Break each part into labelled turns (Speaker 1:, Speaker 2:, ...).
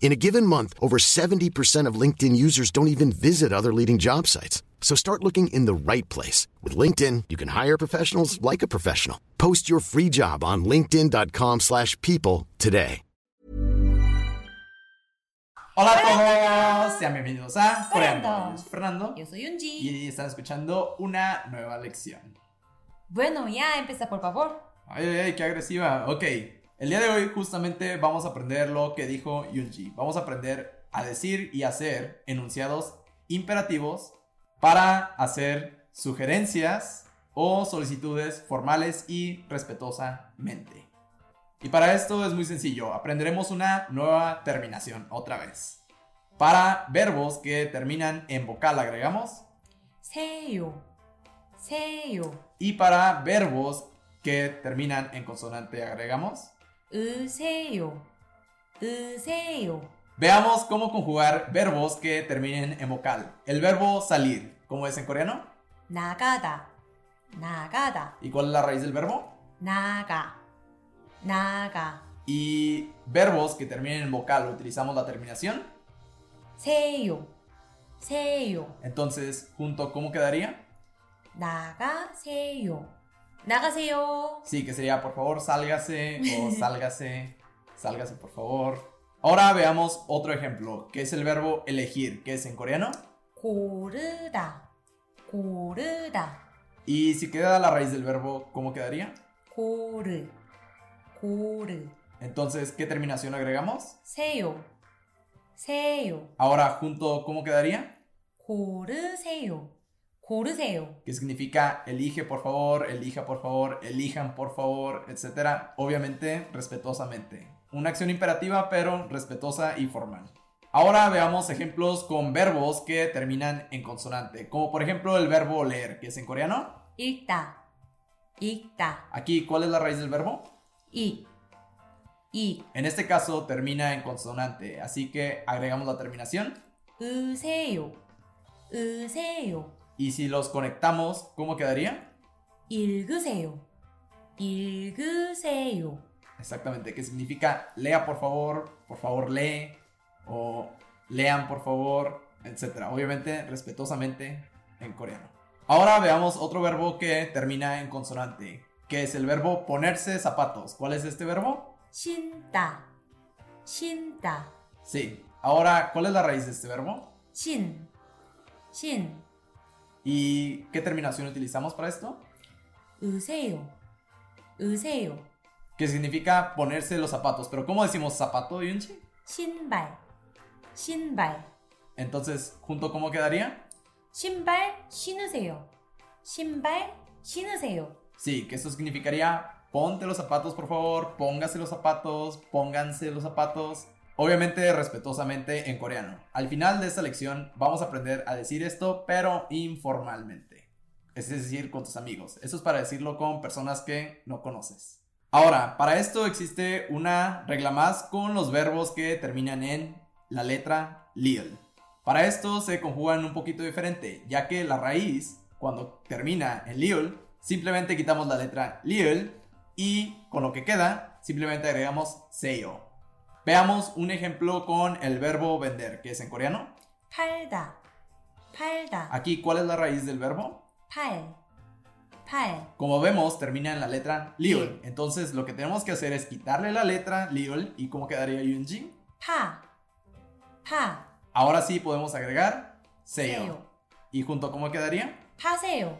Speaker 1: In a given month, over 70% of LinkedIn users don't even visit other leading job sites. So start looking in the right place. With LinkedIn, you can hire professionals like a professional. Post your free job on linkedin.com/people slash people today.
Speaker 2: Hola a todos, sean bienvenidos a
Speaker 3: Coreando.
Speaker 2: Coreando. Yo soy Fernando
Speaker 3: Yo soy Unji.
Speaker 2: y están escuchando una nueva lección.
Speaker 3: Bueno, ya empieza, por favor.
Speaker 2: Ay, ay, ay, qué agresiva. Ok, el día de hoy justamente vamos a aprender lo que dijo Yunji. Vamos a aprender a decir y hacer enunciados imperativos para hacer sugerencias o solicitudes formales y respetuosamente. Y para esto es muy sencillo, aprenderemos una nueva terminación otra vez. Para verbos que terminan en vocal agregamos
Speaker 3: Seyo. Seyo.
Speaker 2: y para verbos que terminan en consonante agregamos
Speaker 3: Useyo. Useyo.
Speaker 2: Veamos cómo conjugar verbos que terminen en vocal. El verbo salir, ¿cómo es en coreano?
Speaker 3: Nagada. Nagada.
Speaker 2: ¿Y cuál es la raíz del verbo?
Speaker 3: Naga. Naga.
Speaker 2: Y verbos que terminen en vocal, utilizamos la terminación.
Speaker 3: Seyo. Seyo.
Speaker 2: Entonces, junto, ¿cómo quedaría?
Speaker 3: 나가세요. 나가세요.
Speaker 2: Sí, que sería por favor sálgase o sálgase, sálgase por favor. Ahora veamos otro ejemplo, que es el verbo elegir, que es en coreano.
Speaker 3: 고르다. 고르다.
Speaker 2: Y si queda la raíz del verbo, ¿cómo quedaría?
Speaker 3: 고르. 고르.
Speaker 2: Entonces, ¿qué terminación agregamos?
Speaker 3: 세요. 세요.
Speaker 2: Ahora, junto, ¿cómo quedaría?
Speaker 3: 고르세요. 고르세요.
Speaker 2: que significa elige por favor, elija por favor, elijan por favor, etcétera, Obviamente respetuosamente. Una acción imperativa pero respetuosa y formal. Ahora veamos ejemplos con verbos que terminan en consonante, como por ejemplo el verbo leer, que es en coreano.
Speaker 3: 읽다. 읽다.
Speaker 2: Aquí, ¿cuál es la raíz del verbo?
Speaker 3: 이. 이.
Speaker 2: En este caso termina en consonante, así que agregamos la terminación.
Speaker 3: 으세요. 으세요.
Speaker 2: Y si los conectamos, ¿cómo quedaría?
Speaker 3: 읽으세요. 읽으세요.
Speaker 2: Exactamente, que significa lea por favor, por favor lee, o lean por favor, etc. Obviamente, respetuosamente en coreano. Ahora veamos otro verbo que termina en consonante, que es el verbo ponerse zapatos. ¿Cuál es este verbo?
Speaker 3: 신다. 신다.
Speaker 2: Sí. Ahora, ¿cuál es la raíz de este verbo?
Speaker 3: 신. 신.
Speaker 2: ¿Y qué terminación utilizamos para esto?
Speaker 3: 으세요. 으세요.
Speaker 2: Que significa ponerse los zapatos. Pero ¿cómo decimos zapato, Yunchi?
Speaker 3: 신발. 신발.
Speaker 2: Entonces, ¿junto cómo quedaría?
Speaker 3: 신발 신으세요. 신발 신으세요.
Speaker 2: Sí, que eso significaría ponte los zapatos, por favor, póngase los zapatos, pónganse los zapatos. Obviamente respetuosamente en coreano. Al final de esta lección vamos a aprender a decir esto, pero informalmente. Es decir, con tus amigos. Eso es para decirlo con personas que no conoces. Ahora, para esto existe una regla más con los verbos que terminan en la letra lil. Para esto se conjugan un poquito diferente, ya que la raíz, cuando termina en liol, simplemente quitamos la letra liol y con lo que queda, simplemente agregamos seyo. Veamos un ejemplo con el verbo vender, que es en coreano.
Speaker 3: 팔다. 팔다.
Speaker 2: Aquí, ¿cuál es la raíz del verbo?
Speaker 3: 팔. 팔.
Speaker 2: Como vemos, termina en la letra liol. Entonces, lo que tenemos que hacer es quitarle la letra liol y ¿cómo quedaría Yunji?
Speaker 3: 파. 파.
Speaker 2: Ahora sí podemos agregar seyo.
Speaker 3: 세요.
Speaker 2: ¿Y junto cómo quedaría?
Speaker 3: 파세요.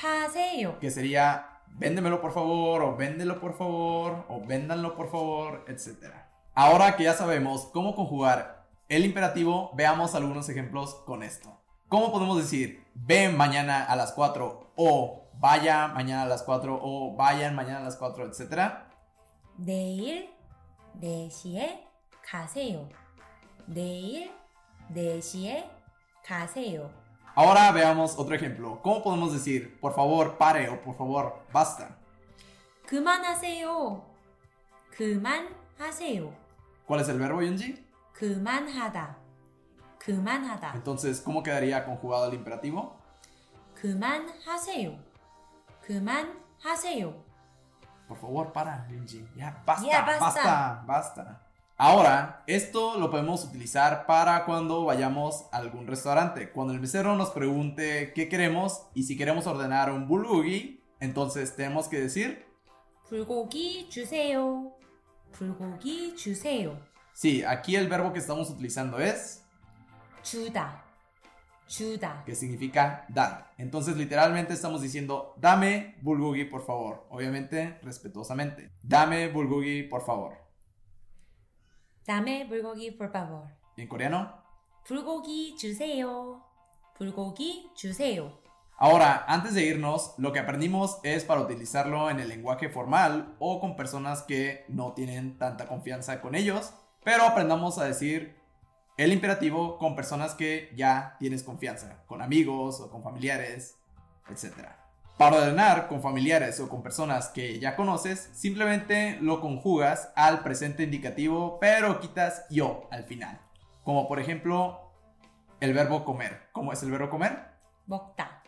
Speaker 3: 파세요.
Speaker 2: que sería véndemelo por favor, o véndelo por favor, o véndanlo por favor, etc. Ahora que ya sabemos cómo conjugar el imperativo, veamos algunos ejemplos con esto. ¿Cómo podemos decir ven mañana a las 4 o vaya mañana a las 4 o vayan mañana a las 4, etcétera?
Speaker 3: 내일 4시에 가세요. 내일 4시에 가세요.
Speaker 2: Ahora veamos otro ejemplo. ¿Cómo podemos decir por favor pare o por favor basta?
Speaker 3: 그만하세요. 그만하세요.
Speaker 2: ¿Cuál es el verbo, Yunji?
Speaker 3: 그만하다. 그만하다.
Speaker 2: Entonces, ¿cómo quedaría conjugado el imperativo?
Speaker 3: 그만하세요. 그만하세요.
Speaker 2: Por favor, para, Yunji. Ya, basta,
Speaker 3: Ya,
Speaker 2: basta,
Speaker 3: basta.
Speaker 2: basta, Ahora, esto lo podemos utilizar para cuando vayamos a algún restaurante. Cuando el mesero nos pregunte qué queremos y si queremos ordenar un bulgogi, entonces tenemos que decir,
Speaker 3: 불고기 주세요. 불고기 주세요.
Speaker 2: sí, aquí el verbo que estamos utilizando es
Speaker 3: 주다. 주다.
Speaker 2: que significa dar. Entonces, literalmente estamos diciendo, dame bulgogi, por favor. Obviamente, respetuosamente. Dame bulgogi, por favor.
Speaker 3: 다음에 불고기 por favor.
Speaker 2: ¿Y en coreano?
Speaker 3: 불고기 주세요. 불고기 주세요.
Speaker 2: Ahora, antes de irnos, lo que aprendimos es para utilizarlo en el lenguaje formal o con personas que no tienen tanta confianza con ellos, pero aprendamos a decir el imperativo con personas que ya tienes confianza, con amigos o con familiares, etc. Para ordenar con familiares o con personas que ya conoces, simplemente lo conjugas al presente indicativo, pero quitas yo al final. Como por ejemplo, el verbo comer. ¿Cómo es el verbo comer?
Speaker 3: 먹다.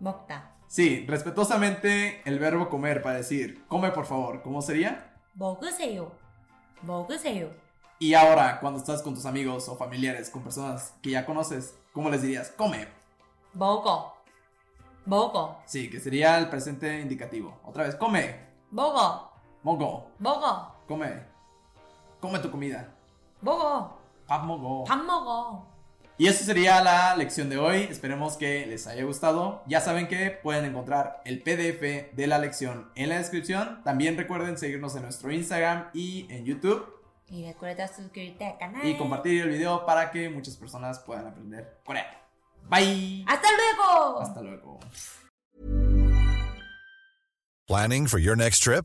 Speaker 3: 먹다.
Speaker 2: Sí, respetuosamente el verbo comer para decir come por favor, ¿cómo sería?
Speaker 3: 먹으세요. 먹으세요.
Speaker 2: Y ahora, cuando estás con tus amigos o familiares, con personas que ya conoces, ¿cómo les dirías? Come.
Speaker 3: 먹어. 먹어.
Speaker 2: Sí, que sería el presente indicativo. Otra vez, come,
Speaker 3: 먹어.
Speaker 2: mogo,
Speaker 3: 먹어.
Speaker 2: come. Come tu comida.
Speaker 3: 먹어.
Speaker 2: Pap mogo.
Speaker 3: 밥 먹어.
Speaker 2: Y eso sería la lección de hoy. Esperemos que les haya gustado. Ya saben que pueden encontrar el PDF de la lección en la descripción. También recuerden seguirnos en nuestro Instagram y en YouTube.
Speaker 3: Y recuerda suscribirte al canal.
Speaker 2: y compartir el video para que muchas personas puedan aprender coreano. Bye.
Speaker 3: ¡Hasta luego!
Speaker 2: Hasta luego.
Speaker 4: Planning for your next trip?